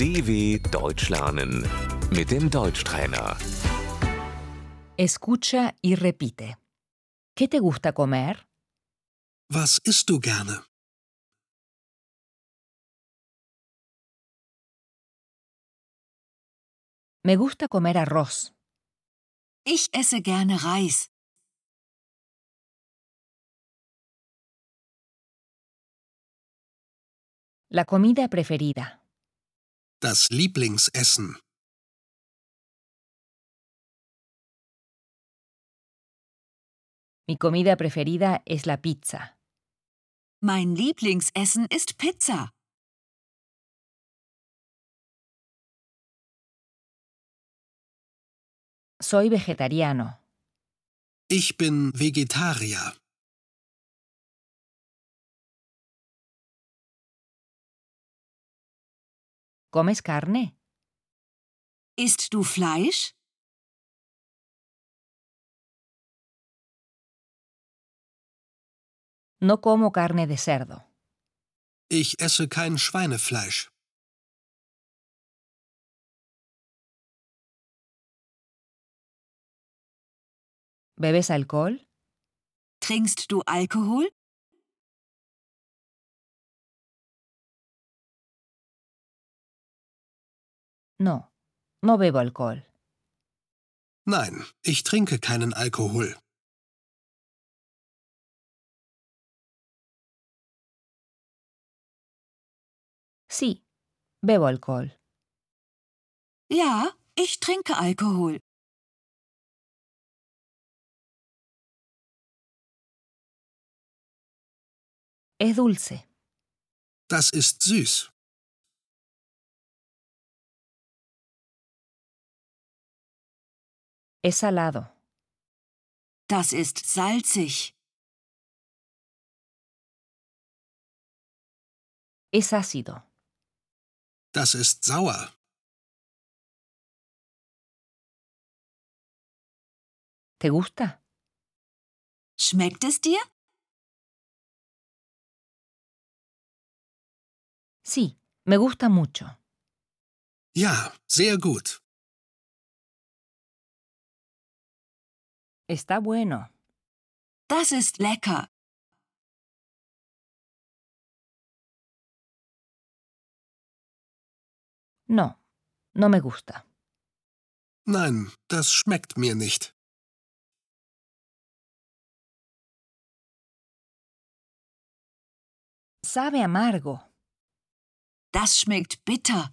DW Deutsch lernen mit dem Deutschtrainer. Escucha y repite. ¿Qué te gusta comer? Was isst du gerne? Me gusta comer arroz. Ich esse gerne Reis. La comida preferida. Das Lieblingsessen. Mi comida preferida es la pizza. Mein Lieblingsessen ist Pizza. Soy vegetariano. Ich bin Vegetarier. ¿Comes carne? Isst du Fleisch? No como carne de cerdo. Ich esse kein Schweinefleisch. ¿Bebes alcohol? Trinkst du Alkohol? No, no bebo alcohol. Nein, ich trinke keinen Alkohol. Sí, bebo alcohol. Ja, ich trinke Alkohol. Es dulce. Das ist süß. Es salado. Das ist salzig. Es ácido. Das ist sauer. ¿Te gusta? Schmeckt es dir? Sí, me gusta mucho. Ja, sehr gut. Está bueno. Das ist lecker. No, no me gusta. Nein, das schmeckt mir nicht. Sabe amargo. Das schmeckt bitter.